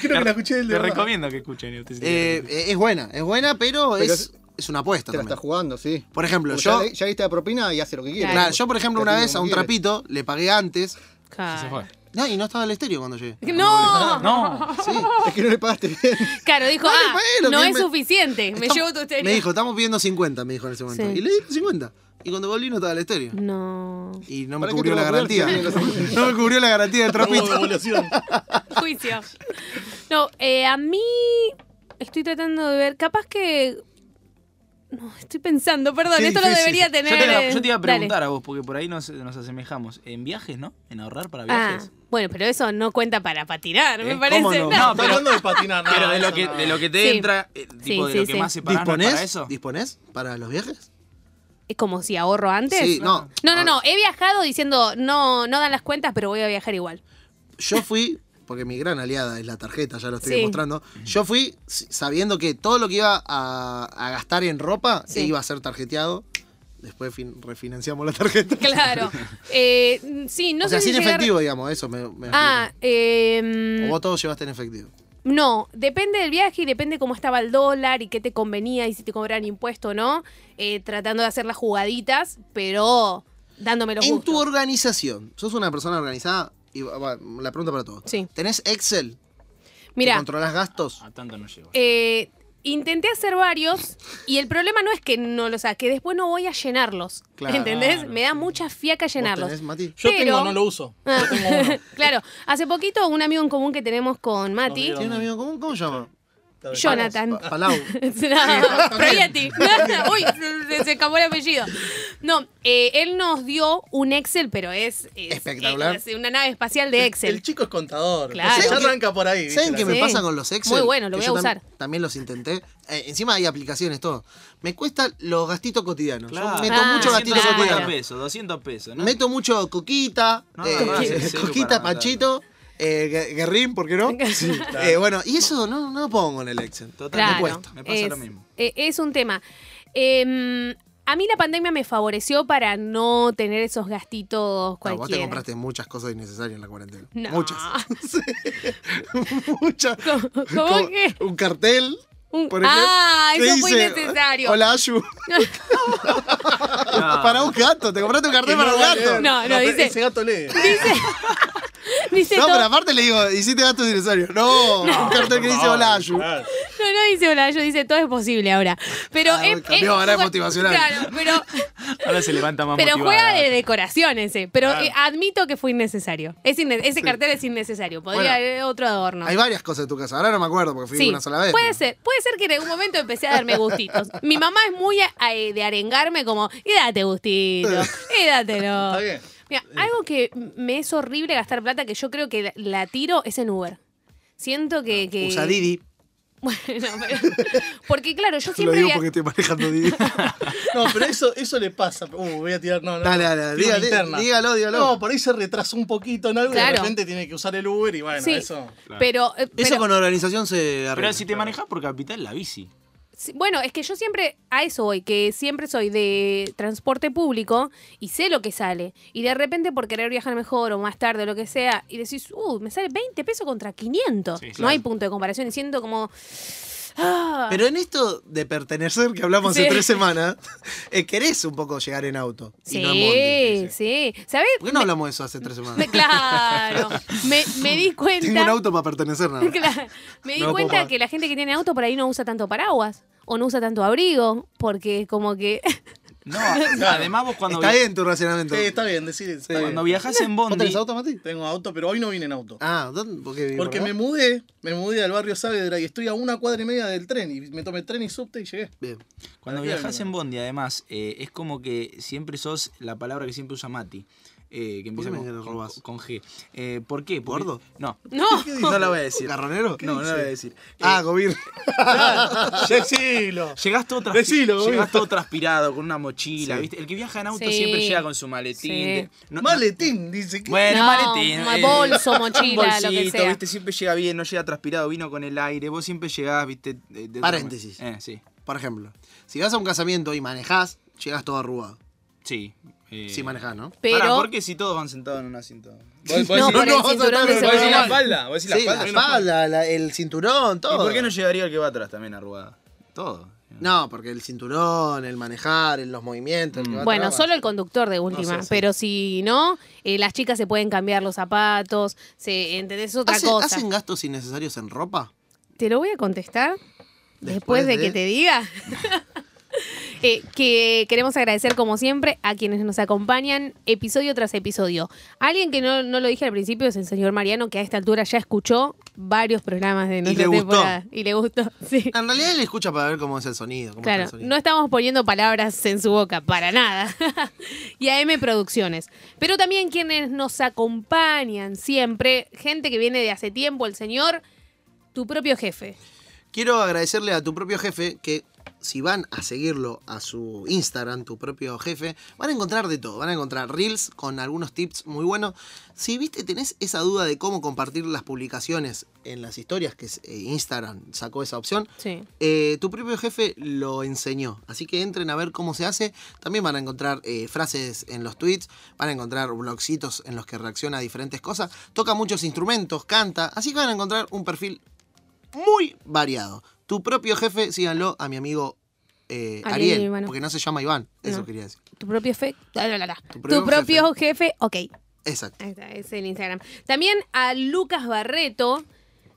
F: creo que la escuché del de
D: Te
F: verdad.
D: recomiendo que escuchen. y ustedes-
E: Eh, eh, es buena, es buena, pero,
B: Pero
E: es,
B: es-
E: es una apuesta
B: Te la
E: también.
B: estás jugando, sí.
E: Por ejemplo,
B: Porque
E: yo,
B: Ya, ya viste la propina y hace lo que quiere.
E: claro, yo, por ejemplo,
B: Te
E: una
B: atiende
E: vez a
B: como
E: un
B: quiere.
E: trapito le pagué antes.
D: Se
C: Claro.
D: fue.
E: No, y no estaba el estéreo cuando llegué.
C: ah. No,
D: No.
E: Sí.
B: Es que no le pagaste bien.
C: claro, dijo,
E: No,
C: ah,
E: bueno,
C: no
E: que
C: es
E: me-
C: suficiente, me
E: Estamos-
C: llevo este tu estéreo.
E: Me dijo, estamos pidiendo 50, me dijo en ese momento.
C: Sí.
E: Y le di 50. Y cuando volví no estaba el estéreo.
C: No.
E: Y no me
B: ¿Para qué
E: cubrió
B: te
E: la
B: va a cobrar
E: garantía.
B: si no tiene
E: No me cubrió la garantía del
F: Hubo
E: trapito.
F: devolución.
C: Juicio. No, eh, a mí estoy tratando de ver, capaz que... No, estoy pensando, perdón,
E: Qué
C: esto lo
E: difícil.
C: debería
D: Yo
C: tener...
D: te, iba-
C: eh,
D: yo te iba a
C: dale.
D: preguntar a vos, porque por ahí nos, nos asemejamos. En viajes, ¿no? En ahorrar para
C: Ah,
D: viajes.
C: bueno, pero eso no cuenta para patinar, me
D: ¿Eh?
C: parece.
E: ¿Cómo no?
F: No, pero hablando de patinar, no,
D: Pero de
F: eso
D: lo, que,
F: no.
D: de lo que te
C: Sí.
D: entra, eh, tipo
C: Sí,
D: de lo
C: sí,
D: que
C: sí.
D: más separás ¿no es para
E: ¿Disponés?
D: eso.
E: ¿Disponés para los viajes?
C: ¿Es como si ahorro antes?
E: Sí, no. Ah.
C: No, no, no. He viajado diciendo, no, no dan las cuentas, pero voy a viajar igual.
E: Yo fui, porque mi gran aliada es la tarjeta, ya lo estoy
C: Sí.
E: demostrando. Yo fui s- sabiendo que todo lo que iba a, a gastar en ropa
C: Sí.
E: iba a ser tarjeteado. Después fin- refinanciamos la tarjeta.
C: Claro. Eh, sí, no
E: o sea,
C: sé si
E: sin
C: llegar-
E: efectivo, digamos, eso me, me
C: Ah,
E: explico.
C: eh,
E: O vos todo llevaste en efectivo.
C: no, depende del viaje y depende cómo estaba el dólar y qué te convenía y si te cobraban impuesto o no, eh, tratando de hacer las jugaditas, pero dándome los
E: en tu
C: gustos.
E: organización, sos una persona organizada, y va- va, la pregunta para todos.
C: Sí.
E: ¿Tenés Excel?
C: Mira,
E: ¿Que controlás gastos?
D: A tanto no llego.
C: Eh, intenté hacer varios y el problema no es que no los saque, después no voy a llenarlos.
E: Claro.
C: ¿Entendés? Me da mucha fiaca
E: ¿Vos
C: llenarlos.
E: tenés, Mati?
F: Yo
C: pero-
F: tengo, no lo uso.
C: Ah.
F: Yo tengo uno.
C: claro, hace poquito un amigo en común que tenemos con Mati,
F: Nos
E: ¿Tiene un amigo común? ¿Cómo se llama?
F: Está bien.
C: Jonathan.
E: Pa- Palau.
C: No, Proietti. Uy, se- se escapó el apellido. No, eh, él nos dio un Excel, pero es, es-
E: Espectacular.
C: es una nave espacial de
F: El,
C: Excel.
F: chico es contador.
C: Claro.
F: O sea, ya
E: ¿Saben qué-
F: arranca por ahí. ¿viste?
E: ¿Saben qué
F: La-
E: me
C: Sí.
E: pasa con los Excel?
C: Muy bueno, lo
E: Que
C: voy a
E: yo tam-
C: usar.
E: también los intenté. Eh, encima hay aplicaciones, todo. Me cuesta los gastitos cotidianos. Yo meto
C: Ah,
E: mucho gatito
C: claro.
E: cotidiano.
D: pesos, 200 pesos, ¿no?
E: Meto mucho coquita,
D: No,
E: eh,
D: no,
E: eh,
D: sí, sí,
E: coquita,
D: para
E: panchito, eh, gue- guerrín, ¿por qué no? Eh, bueno, y eso no, no lo pongo en el Excel.
D: Total,
C: Claro,
D: me cuesta. Me pasa
C: es,
D: lo mismo.
C: eh, es un tema. Eh, a mí la pandemia me favoreció para no tener esos gastitos
E: No, vos te
C: cualquiera.
E: compraste muchas cosas innecesarias en la cuarentena.
C: No.
E: Muchas. Sí. muchas.
C: ¿Cómo- cómo
E: Como
C: que?
E: Un cartel.
C: Un-
E: por ejemplo,
C: ah,
E: que
C: eso fue
E: dice,
C: innecesario.
E: Hola, Ayu.
D: Ah.
E: Para un gato, te compraste un cartel para un gato.
C: No, no,
F: pero
C: dice-
F: Ese gato lee.
C: Dice
E: No,
C: todo-
E: pero aparte le digo, hiciste gastos innecesarios. No, un cartel que dice hola, Ayu.
F: Claro.
C: No, no dice hola, yo dice todo es posible ahora. Pero
E: Ah,
C: es,
E: cambió, ahora es motivacional.
C: Claro, pero,
D: Ahora se levanta más
C: pero
D: motivada.
C: juega de decoración ese. Pero
F: Claro.
C: eh, admito que fue innecesario. Es inne- ese cartel es innecesario. Podría
E: Bueno,
C: haber otro adorno.
E: Hay varias cosas en tu casa. Ahora no me acuerdo porque fui
C: Sí,
E: una sola vez.
C: puede
E: pero-
C: ser, puede ser que en algún momento empecé a darme gustitos. Mi mamá es muy a- a- de arengarme como, y date gustito, y dátelo.
F: Está bien.
C: Mira, algo que m- me es horrible gastar plata, que yo creo que la- la tiro, es en Uber. Siento que... que...
E: Ah, Usa Didi.
C: Bueno, pero- porque claro, yo
E: Lo
C: siempre...
E: digo
C: via-
E: porque estoy manejando Didi.
F: No, pero eso, eso le pasa. Uh, voy a tirar. No, no.
E: Dale, dale,
F: Tiro
E: dígale,
F: linterna.
E: dígalo, dígalo.
F: No, por ahí se retrasó un poquito en algo y
C: Claro.
F: de repente tiene que usar el Uber y bueno,
C: Sí,
F: eso.
C: pero, eh,
E: Eso
C: pero-
E: con organización se arregla.
D: Pero si te manejas por capital, la bici.
C: sí, bueno, es que yo siempre a eso voy, que siempre soy de transporte público y sé lo que sale. Y de repente por querer viajar mejor o más tarde o lo que sea, y decís, uh, me sale 20 pesos contra 500.
D: Sí,
C: No
D: claro.
C: hay punto de comparación. Y siento como, Ah,
E: Pero en esto de pertenecer que hablamos hace
C: Sí.
E: tres semanas, eh, querés un poco llegar en auto. Y no en
C: sí,
E: bondi.
C: sí. ¿Sabés?
E: ¿Por qué no hablamos de eso hace tres semanas?
C: Me- claro. Me, me di cuenta.
E: Tengo un auto para pertenecer, nada. más.
C: Claro. Me di
E: No puedo
C: cuenta
E: más.
C: que la gente que tiene auto por ahí no usa tanto paraguas o no usa tanto abrigo, porque como que
D: No, además vos cuando,
E: Está
D: vi-
E: bien tu racionamiento.
F: Sí, está bien, decide. está bien.
D: cuando viajás en
B: ¿Vos
D: Bondi.
B: tenés auto, Mati?
F: Tengo auto, pero hoy no vine en auto.
E: Ah, ¿dónde? ¿por qué vivo,
F: Porque me
E: verdad?
F: mudé, me mudé al barrio Saavedra y estoy a una cuadra y media del tren. Y me tomé tren y subte y llegué.
E: Bien.
D: Cuando
F: Claro,
D: viajas
F: claro.
D: en Bondi, además, eh, es como que siempre sos la palabra que siempre usa Mati. eh, que
E: ¿Por qué
D: empieza
E: me
D: con, con,
E: robás?
D: con G. Eh, ¿Por qué? Porque-
E: ¿Gordo?
D: No.
C: no.
D: No la voy a decir.
E: ¿Garronero?
D: No, no la voy a decir.
E: Ah, Gobir.
F: ¡Decilo!
D: Eh, Llegás todo, traspi-
F: Decilo, boludo.
D: llegás todo transpirado, con una mochila,
E: Sí.
D: ¿viste? El que viaja en auto
C: Sí.
D: siempre llega con su maletín.
C: Sí.
D: de- no-
F: Maletín, dice que.
D: no- bueno,
C: No,
D: maletín. eh.
C: ma- bolso, mochila,
D: un
C: lo que
D: bolsito,
C: sea.
D: ¿viste? Siempre llega bien, no llega transpirado, vino con el aire. Vos siempre llegás, ¿viste? de- de otra
E: Paréntesis.
D: manera. Eh, sí.
E: Por ejemplo, si vas a un casamiento y manejás, llegas todo arrugado.
D: Sí. eh,
E: Si manejás, ¿no?
C: Pero
D: Pará, ¿por qué si todos van sentados en un asiento? ¿Vos, vos
C: No,
D: decís-
C: por el cinturón de
D: vos decís Pues la
C: seguridad.
D: espalda? ¿Vos decís la
E: sí,
D: espalda?
E: la espalda, la- el cinturón,
D: ¿Y
E: todo.
D: por qué no llegaría el que va atrás también arrugado? Todo.
E: No, porque el cinturón, el manejar, el- los movimientos. el que va
C: Mm. Bueno,
E: atrás.
C: solo el conductor de última,
E: sé, sí.
C: pero si no, eh, las chicas se pueden cambiar los zapatos, se, ¿entendés? Es otra
E: ¿Hacen,
C: cosa.
E: ¿Hacen gastos innecesarios en ropa?
C: Te lo voy a contestar después,
E: Después
C: de,
E: de-
C: que te diga. Eh, que queremos agradecer como siempre a quienes nos acompañan episodio tras episodio. Alguien que no, no lo dije al principio es el señor Mariano, que a esta altura ya escuchó varios programas de nuestra
E: le gustó.
C: temporada. Y le gustó. Sí.
E: En realidad él escucha para ver cómo es el sonido. cómo está
C: Claro,
E: el sonido.
C: no estamos poniendo palabras en su boca, para nada. y a M Producciones. Pero también quienes nos acompañan siempre, gente que viene de hace tiempo, el señor, tu propio jefe.
E: Quiero agradecerle a tu propio jefe que si van a seguirlo a su Instagram, tu propio jefe, van a encontrar de todo. Van a encontrar reels con algunos tips muy buenos. Si viste, tenés esa duda de cómo compartir las publicaciones en las historias, que es, eh, Instagram sacó esa opción,
C: Sí.
E: eh, tu propio jefe lo enseñó. Así que entren a ver cómo se hace. También van a encontrar eh, frases en los tweets, van a encontrar blogcitos en los que reacciona a diferentes cosas. Toca muchos instrumentos, canta. Así que van a encontrar un perfil muy variado. Tu propio jefe, síganlo a mi amigo eh,
C: Ariel,
E: Ariel,
C: bueno.
E: porque no se llama Iván. Eso
C: No.
E: quería decir.
C: Tu propio jefe. Tu
E: Tu
C: propio,
E: propio
C: jefe. Ok,
E: Exacto.
C: ahí está, es el Instagram. También a Lucas Barreto,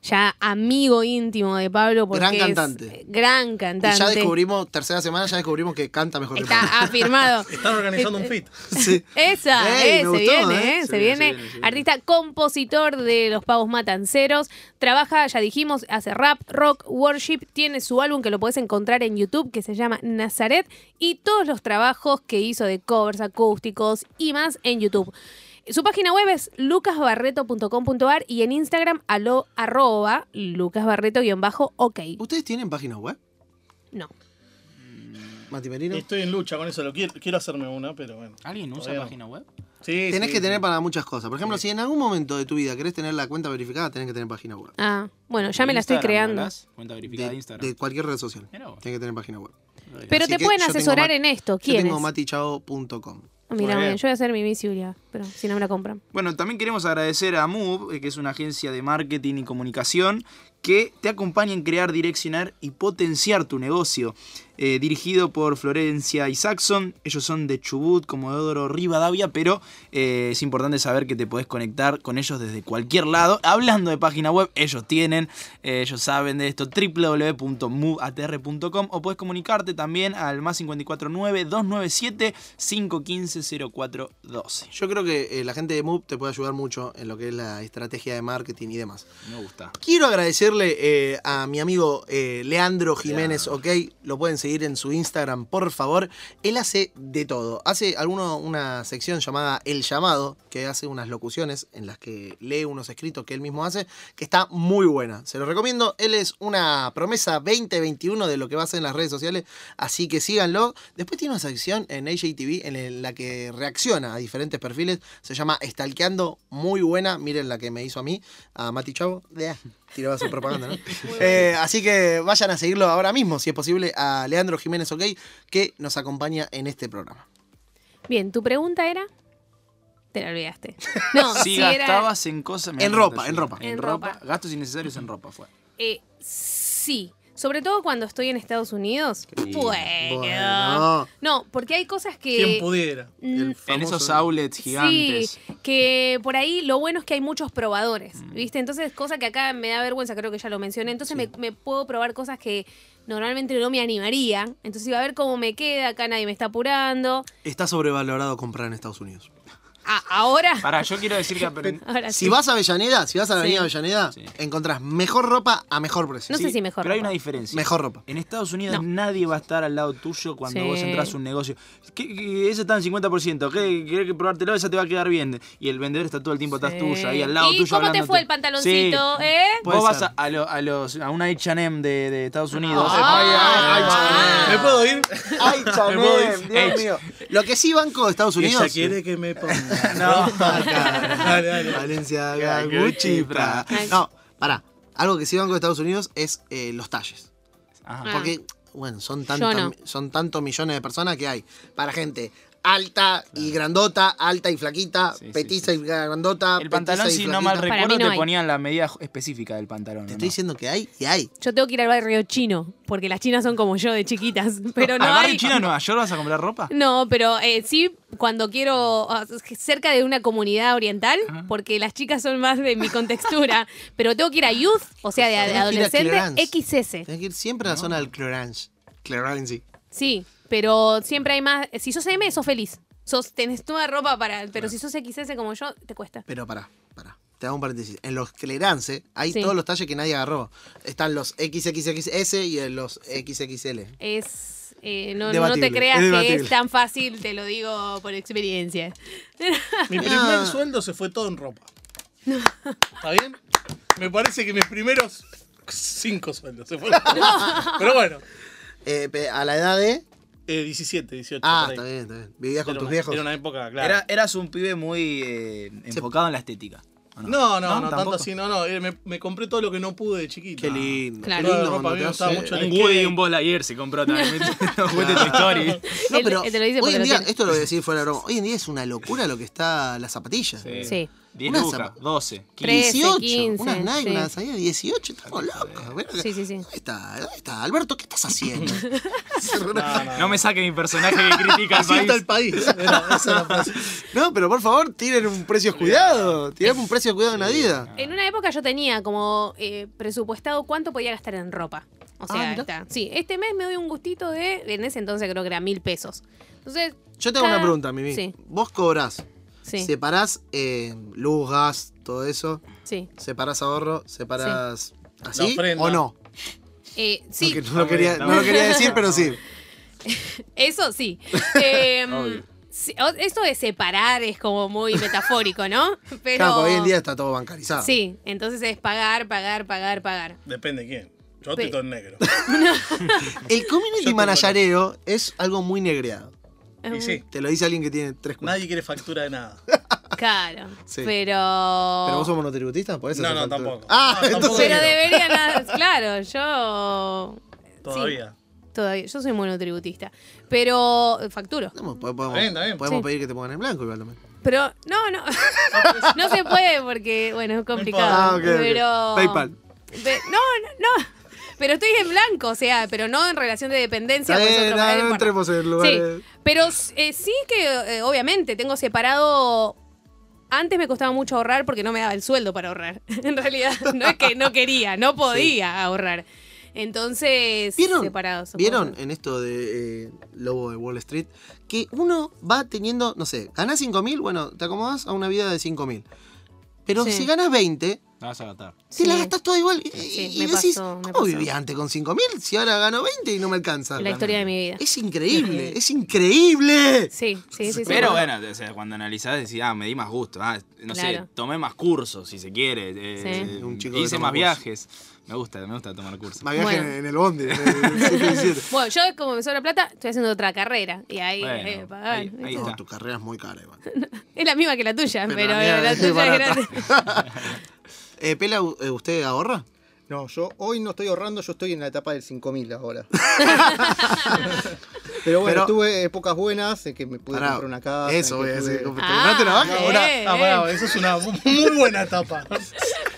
C: ya amigo íntimo de Pablo. Porque
E: Gran
C: es,
E: cantante.
C: eh, gran cantante.
E: Y ya descubrimos, tercera semana, ya descubrimos que canta mejor que Pablo.
C: Está afirmado.
F: Están organizando un fit.
E: Sí.
C: Esa,
E: Ey,
C: eh, se,
E: me gustó,
C: viene,
E: eh.
C: eh, se,
D: Se viene, se
C: viene,
D: viene, se viene.
C: Artista compositor de Los Pavos Matanceros. Trabaja, ya dijimos, hace rap, rock, worship. Tiene su álbum que lo puedes encontrar en YouTube que se llama Nazaret. Y todos los trabajos que hizo de covers acústicos y más en YouTube. Su página web es lucasbarreto.com.ar y en Instagram alo, arroba lucasbarreto-ok.
E: ¿Ustedes tienen páginas web?
C: No.
E: Mati Merino.
F: Estoy en lucha con eso. Lo quiero, quiero hacerme una, pero bueno.
D: ¿Alguien usa
F: Todavía no.
D: página web?
F: Sí,
E: Tenés
F: sí,
E: que
F: sí.
E: tener para muchas cosas. Por ejemplo, si en algún momento de tu vida querés tener la cuenta verificada, tenés que tener página web.
C: Ah, bueno, ya me
D: De
C: la estoy
D: Instagram,
C: creando.
D: ¿verdad? Cuenta verificada de,
E: De,
D: Instagram.
E: de cualquier red social.
D: Mirá vos.
E: Tienes que tener página web.
C: Pero
E: Así
C: te
E: que
C: pueden
E: yo tengo
C: asesorar
E: Mat-
C: en esto.
E: Yo
C: ¿Quién
E: tengo
C: es?
E: matichao.com.
C: Ah,
D: Muy
C: Mira, bien,
D: bien.
C: yo voy a hacer mi visibilidad, pero si no me la compran.
D: Bueno, también queremos agradecer a Move, eh, que es una agencia de marketing y comunicación que te acompaña en crear, direccionar y potenciar tu negocio. Eh, dirigido por Florencia y Saxon, ellos son de Chubut, Comodoro Rivadavia, pero eh, es importante saber que te podés conectar con ellos desde cualquier lado. Hablando de página web, ellos tienen, eh, ellos saben de esto, www.moveatr.com o podés comunicarte también al más 549-297-515-0412.
E: Yo creo que eh, la gente de Move te puede ayudar mucho en lo que es la estrategia de marketing y demás.
D: Me gusta.
E: Quiero agradecerle eh, a mi amigo eh, Leandro Jiménez, ok. Lo pueden seguir en su Instagram, por favor. Él hace de todo. Hace alguno, una sección llamada El Llamado, que hace unas locuciones en las que lee unos escritos que él mismo hace, que está muy buena. Se los recomiendo. Él es una promesa 2021 de lo que va a hacer en las redes sociales, así que síganlo. Después tiene una sección en AJTV en el- la que reacciona a diferentes perfiles. Se llama Estalqueando, muy buena. Miren la que me hizo a mí, a Mati Chavo. Bleh, Tiraba su propaganda, ¿no? Eh, así que vayan a seguirlo ahora mismo, si es posible, a Leandro Jiménez OK, que nos acompaña en este programa.
C: Bien, tu pregunta era. Te la olvidaste. No,
D: si
C: si era.
D: gastabas en cosas.
E: En ropa, en ropa.
D: En
C: En
D: ropa.
C: ropa.
D: Gastos innecesarios en ropa fue.
C: eh, sí. Sobre todo cuando estoy en Estados Unidos. Bueno.
E: Bueno.
C: No, porque hay cosas
F: Quien
C: que.
F: pudiera.
C: Eh, Mm,
D: En esos outlets gigantes. Mm.
C: Sí, que por ahí lo bueno es que hay muchos probadores, ¿viste? Entonces, cosa que acá me da vergüenza, creo que ya lo mencioné. Entonces, me, me puedo probar cosas que normalmente no me animaría. Entonces, iba a ver cómo me queda, acá nadie me está apurando.
E: Está sobrevalorado comprar en Estados Unidos.
C: Ah, ahora.
D: Pará, yo quiero decir que aprendí.
C: ahora
E: Si
C: Eh, sí.
E: vas a Avellaneda, si vas a la Avenida
C: Sí.
E: Avellaneda,
D: Sí.
E: encontrás mejor ropa a mejor precio.
C: No sé si mejor
D: Pero hay
C: ropa.
D: una diferencia.
E: Mejor ropa.
D: En Estados Unidos nadie va a estar al lado tuyo cuando
C: Sí.
D: vos entras a un negocio. ¿Qué, qué- esa está en 50%. ¿Qué? ¿Querés que probártelo? Esa te va a quedar bien. Y el vendedor está todo el tiempo atrás
C: Sí.
D: tuyo, ahí al lado
C: ¿Y
D: tuyo.
C: cómo te
D: hablándote.
C: fue el pantaloncito, eh?
D: Vos
E: Puede
D: vas
E: ser.
D: a, a lo- a los, a una H&M de, de Estados Unidos.
C: Ah.
F: ¿Me puedo ir?
D: ¡Ay, H&M!
F: H.
D: Dios mío.
E: Lo que sí banco de Estados Unidos.
F: Ella quiere que me ponga.
D: No.
F: ropa cara. Dale, dale.
E: Valencia,
D: Gucci,
E: Gucci,
D: Prada.
E: Prada. No, pará. Algo que sí banco de Estados Unidos es eh, los talles.
D: Ajá.
C: Ah.
E: Porque, bueno, son
C: Yo no.
E: tantos son tantos millones de personas que hay. Para gente alta y grandota, alta y flaquita,
D: Sí, sí,
E: petiza y grandota.
D: El pantalón,
E: petiza y
D: si no mal
E: flaquita.
C: Para mí
D: recuerdo,
C: no
D: te
C: hay.
D: ponían la medida específica del pantalón.
E: Te
D: ¿o
E: estoy
D: no?
E: diciendo que hay y hay.
C: Yo tengo que ir al barrio chino, porque las chinas son como yo de chiquitas, pero no
D: ¿Al barrio
C: hay-
D: chino de Nueva York vas a comprar ropa?
C: No, pero eh, sí cuando quiero ah, cerca de una comunidad oriental, porque las chicas son más de mi contextura, pero tengo que ir a youth, o sea, de, de
E: Tenés que ir a
C: adolescente,
E: Clarence.
C: XS.
E: Tenés que ir siempre a la zona del Clarence. Clarence.
C: Sí, pero siempre hay más. Si sos M, sos feliz. Sos, tenés toda ropa para. Pero si sos XS como yo, te cuesta.
E: Pero pará, pará. Te hago un paréntesis. En los Clarence hay
C: Sí.
E: todos los talles que nadie agarró. Están los XXXS y en los XXL.
C: Es. eh, no, no
E: Debatible,
C: te creas que
E: es debatible.
C: es tan fácil, te lo digo por experiencia.
F: Mi primer
E: Ah.
F: sueldo se fue todo en ropa. ¿Está bien? Me parece que mis primeros cinco sueldos se fueron. en ropa. Pero bueno,
E: Eh, pe- a la edad de.
F: eh, 17, 18.
E: Ah,
F: por ahí.
E: está bien, está bien. Vivías con
F: Era
E: tus
F: una-
E: viejos.
F: Era una época, claro.
D: Era, eras un pibe muy eh, enfocado en la estética. ¿o
F: No, no, no, tanto
D: tampoco.
F: así, no, no. eh, Me, me compré todo lo que no pude de chiquito.
E: Qué lindo.
C: Claro.
E: Qué
F: Toda la
E: lindo cuando
F: ropa a mí
E: te
F: me
E: hace-
F: gustaba mucho
D: Un
F: el
D: Woody y
F: skate.
D: un Ball ayer se compró también. no cuente tu historia.
E: No,
C: Él-
E: pero
C: él te lo dice
E: hoy
C: porque
E: en
C: lo
E: día,
C: tiene.
E: esto lo voy a decir fuera de broma. Hoy en día es una locura lo que está la zapatilla.
C: Sí.
D: 10
E: Una
D: lucas,
E: zapa-
D: 12, 15.
C: 13,
E: 18,
C: 15,
E: unas Nike,
C: sí.
E: unas ahí de 18, estamos locos. Mirá que-
C: Sí, sí, sí.
E: ¿Dónde está? ¿Dónde está? Alberto, ¿qué estás haciendo?
F: No, no,
D: No me saque mi personaje que critica al
F: Así
D: país.
F: está el país. Era- esa era la frase.
E: no, pero por favor, tiren un precio cuidado. Tiren un precio cuidado en Adidas.
C: En una época yo tenía como eh, presupuestado cuánto podía gastar en ropa. O
E: Ah,
C: sea,
E: mirá.
C: está. sí, este mes me doy un gustito de, en ese entonces creo que era mil pesos. Entonces,
E: Yo tengo
C: cada-
E: una pregunta, Mimi.
C: Ah, Sí,
E: Vos cobrás,
C: sí,
E: separás eh, luz, gas, todo eso,
C: sí.
E: separás ahorro, separás así
F: ofrenda.
E: o no.
C: Eh, sí,
E: Porque no, lo quería,
D: Está
E: no lo
D: bien.
E: quería decir, pero sí.
C: eso sí. Em, sí, o- esto de separar es como muy metafórico, ¿no? Pero
E: Claro, porque hoy en día está todo bancarizado.
C: Sí, entonces es pagar, pagar, pagar, pagar.
F: Depende de quién. Yo
C: Pe-
F: estoy todo en negro.
E: El
F: Yo
E: community
F: te
E: managereo es algo muy negreado.
F: Y sí,
E: Te lo dice alguien que tiene tres cuentas.
F: nadie quiere factura de nada.
C: Claro.
E: Sí.
C: Pero.
E: ¿Pero vos sos monotributista? ¿Podés
F: No,
E: hacer
F: no,
E: factura?
F: tampoco.
E: Ah,
F: No, tampoco.
E: entonces...
C: Pero deberían. Claro, yo.
F: Todavía.
C: Todavía, yo soy monotributista. Pero eh, facturo.
E: No, po- podemos
F: Está bien, está bien.
E: podemos
C: Sí.
E: pedir que te pongan en blanco igual también.
C: Pero no, no. no se puede porque, bueno, es complicado.
E: Ah, ok, ok.
C: Pero.
E: PayPal.
C: Pe- no, no, no. Pero estoy en blanco, o sea, pero no en relación de dependencia.
E: Está
C: pues,
E: bien,
C: otro-
E: no,
C: eh,
E: no
C: bueno.
E: entremos en
C: Sí,
E: lugares.
C: pero eh, sí que eh, obviamente tengo separado. Antes me costaba mucho ahorrar porque no me daba el sueldo para ahorrar. en realidad, no es que no quería, no podía ahorrar. Entonces,
E: ¿Vieron?
C: separados. supongo.
E: ¿Vieron en esto de eh, Lobo de Wall Street? Que uno va teniendo, no sé, ganás 5.000, bueno, te acomodás a una vida de 5.000. Pero
C: Sí.
E: si ganás 20,
D: La vas a gastar.
E: si
C: Sí.
E: la gastás toda igual. Y,
C: Sí, me
E: y decís,
C: pasó, me pasó.
E: ¿cómo vivía antes con 5.000 si ahora gano 20 y no me alcanza?
C: La historia de mi vida.
E: Es increíble, es increíble.
C: Sí, sí, sí. sí.
D: Pero bueno, o sea, cuando analizás decís, ah, me di más gusto, ah, no
C: Claro.
D: sé, tomé más cursos, si se quiere, eh,
C: Sí.
E: Un chico que
D: hice
E: toma
D: más
E: cursos.
D: viajes. Me gusta, me gusta tomar cursos.
E: Más viaje
C: Bueno.
E: en el bondi. en el 717.
C: Bueno, yo como me sobra plata, estoy haciendo otra carrera. Y ahí,
D: Bueno,
C: eh, pagan,
D: ahí-
C: ¿viste?
D: ahí
E: No,
D: está.
E: tu carrera es muy cara, igual.
C: Es la misma que la tuya, pero,
E: Pero la mía
C: la,
E: es
C: tuya es
E: barata.
C: grande.
E: Eh, Pela, u- eh, ¿usted ahorra?
B: No, yo hoy no estoy ahorrando, yo estoy en la etapa del 5000 ahora. Pero
E: Pero-
B: bueno, tuve épocas buenas, eh, que me pude
E: Pará,
B: comprar una casa.
E: Eso
B: que
E: voy a
B: pude-
E: decir. ¿Te
C: Ah,
E: compraste una vaca?
C: eh.
F: Ahora, ah, pará, eso es una muy buena etapa.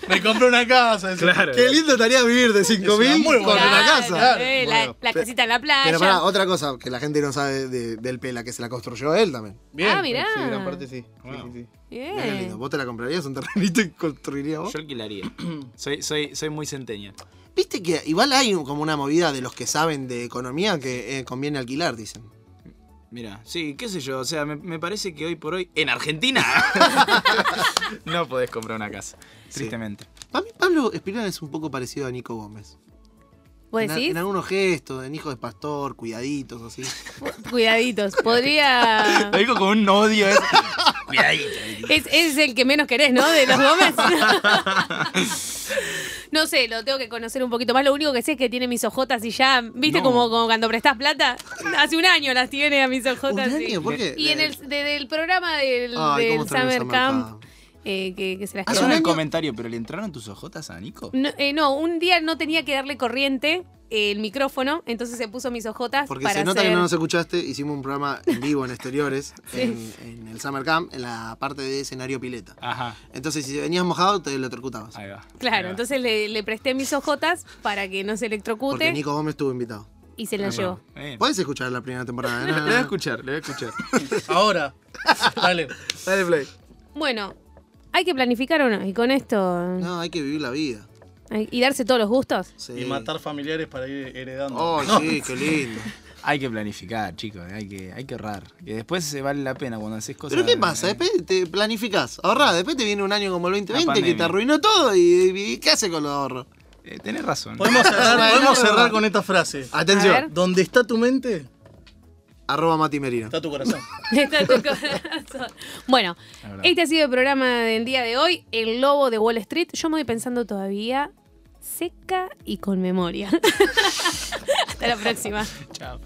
F: Me compré una casa. decía.
D: Claro.
E: Qué lindo estaría vivir de
F: Es
E: 5.000
F: una muy
E: con
F: buena-
E: una
C: Claro,
E: casa.
C: eh,
B: Bueno,
C: la, la casita en la playa. Ah,
E: Pero pará, oh, otra cosa que la gente no sabe de- del Pela, que se la construyó él también.
F: Bien.
C: ah, mirá.
B: Sí, gran parte sí. Sí, sí, sí.
C: Bien.
E: Mirá qué lindo. ¿Vos te la comprarías un terrenito y construirías vos?
D: Yo alquilaría. Soy, soy, soy muy centeña.
E: Viste que igual hay como una movida de los que saben de economía que eh, conviene alquilar, dicen.
D: Mira, sí, qué sé yo, o sea, me, me parece que hoy por hoy, en Argentina, no podés comprar una casa, tristemente.
E: A mí Pablo Espinal es un poco parecido a Nico Gómez.
C: ¿Vos
E: En, a-
C: decís?
E: en algunos gestos, en hijo de pastor, cuidaditos, así.
C: Cuidaditos. Podría.
D: Lo digo con un odio. Es... Cuidadito.
C: Es, es el que menos querés, ¿no? De los Gómez. No sé, lo tengo que conocer un poquito más. Lo único que sé es que tiene mis ojotas y ya, ¿viste
D: No.
C: como, como cuando prestás plata? Hace un año las tiene a mis
E: ¿Un
C: ojotas. sí.
E: año? ¿Por qué? Eh,
C: Y en el, desde el programa del,
E: Ay,
C: del
E: ¿cómo extraño
C: Summer
E: esa
C: Camp,
E: marcada?
C: eh, que, que se las quedó.
E: Hace un
D: Perdón el
E: año-
D: comentario, pero ¿le entraron tus ojotas a Nico?
C: No, eh, no, un día no tenía que darle corriente eh, el micrófono, entonces se puso mis ojotas
E: Porque
C: para
E: se nota
C: hacer...
E: que no nos escuchaste, hicimos un programa en vivo en exteriores, en, en el Summer Camp, en la parte de escenario pileta.
D: Ajá,
E: Entonces, si venías mojado, te lo electrocutabas.
D: ahí va. ahí
C: Claro,
D: va.
C: entonces le, le presté mis ojotas para que no se electrocute
E: Porque Nico Gómez estuvo invitado.
C: y se
D: Ahí
C: la
D: va.
C: llevó.
D: Bien.
E: Puedes escuchar la primera temporada.
D: Le voy a
E: ¿no?
D: escuchar, le voy a escuchar.
F: Ahora. Dale.
E: Dale play.
C: Bueno, hay que planificar o no, y con esto...
E: No, hay que vivir la vida.
C: hay- Y darse todos los gustos.
E: Sí.
F: Y matar familiares para ir heredando.
E: Oh,
F: No.
E: sí, qué lindo.
D: Hay que planificar, chicos, hay que, hay que ahorrar. Que después se vale la pena cuando haces cosas. eh,
E: Pero ¿qué pasa? Después te planificás, ahorrás. Después te viene un año como el 2020 que te
D: pandemia.
E: arruinó todo y, y ¿qué hace con los ahorros?
D: Eh, tenés razón.
F: Podemos cerrar, podemos cerrar con esta frase.
C: A
E: Atención,
C: ver.
F: Donde está tu mente,
E: arroba Mati Merino.
F: está tu corazón.
C: Está en tu corazón. bueno,
D: La verdad.
C: este ha sido el programa del día de hoy, El Lobo de Wall Street. Yo me voy pensando todavía seca y con memoria. Hasta la próxima.
D: Chao.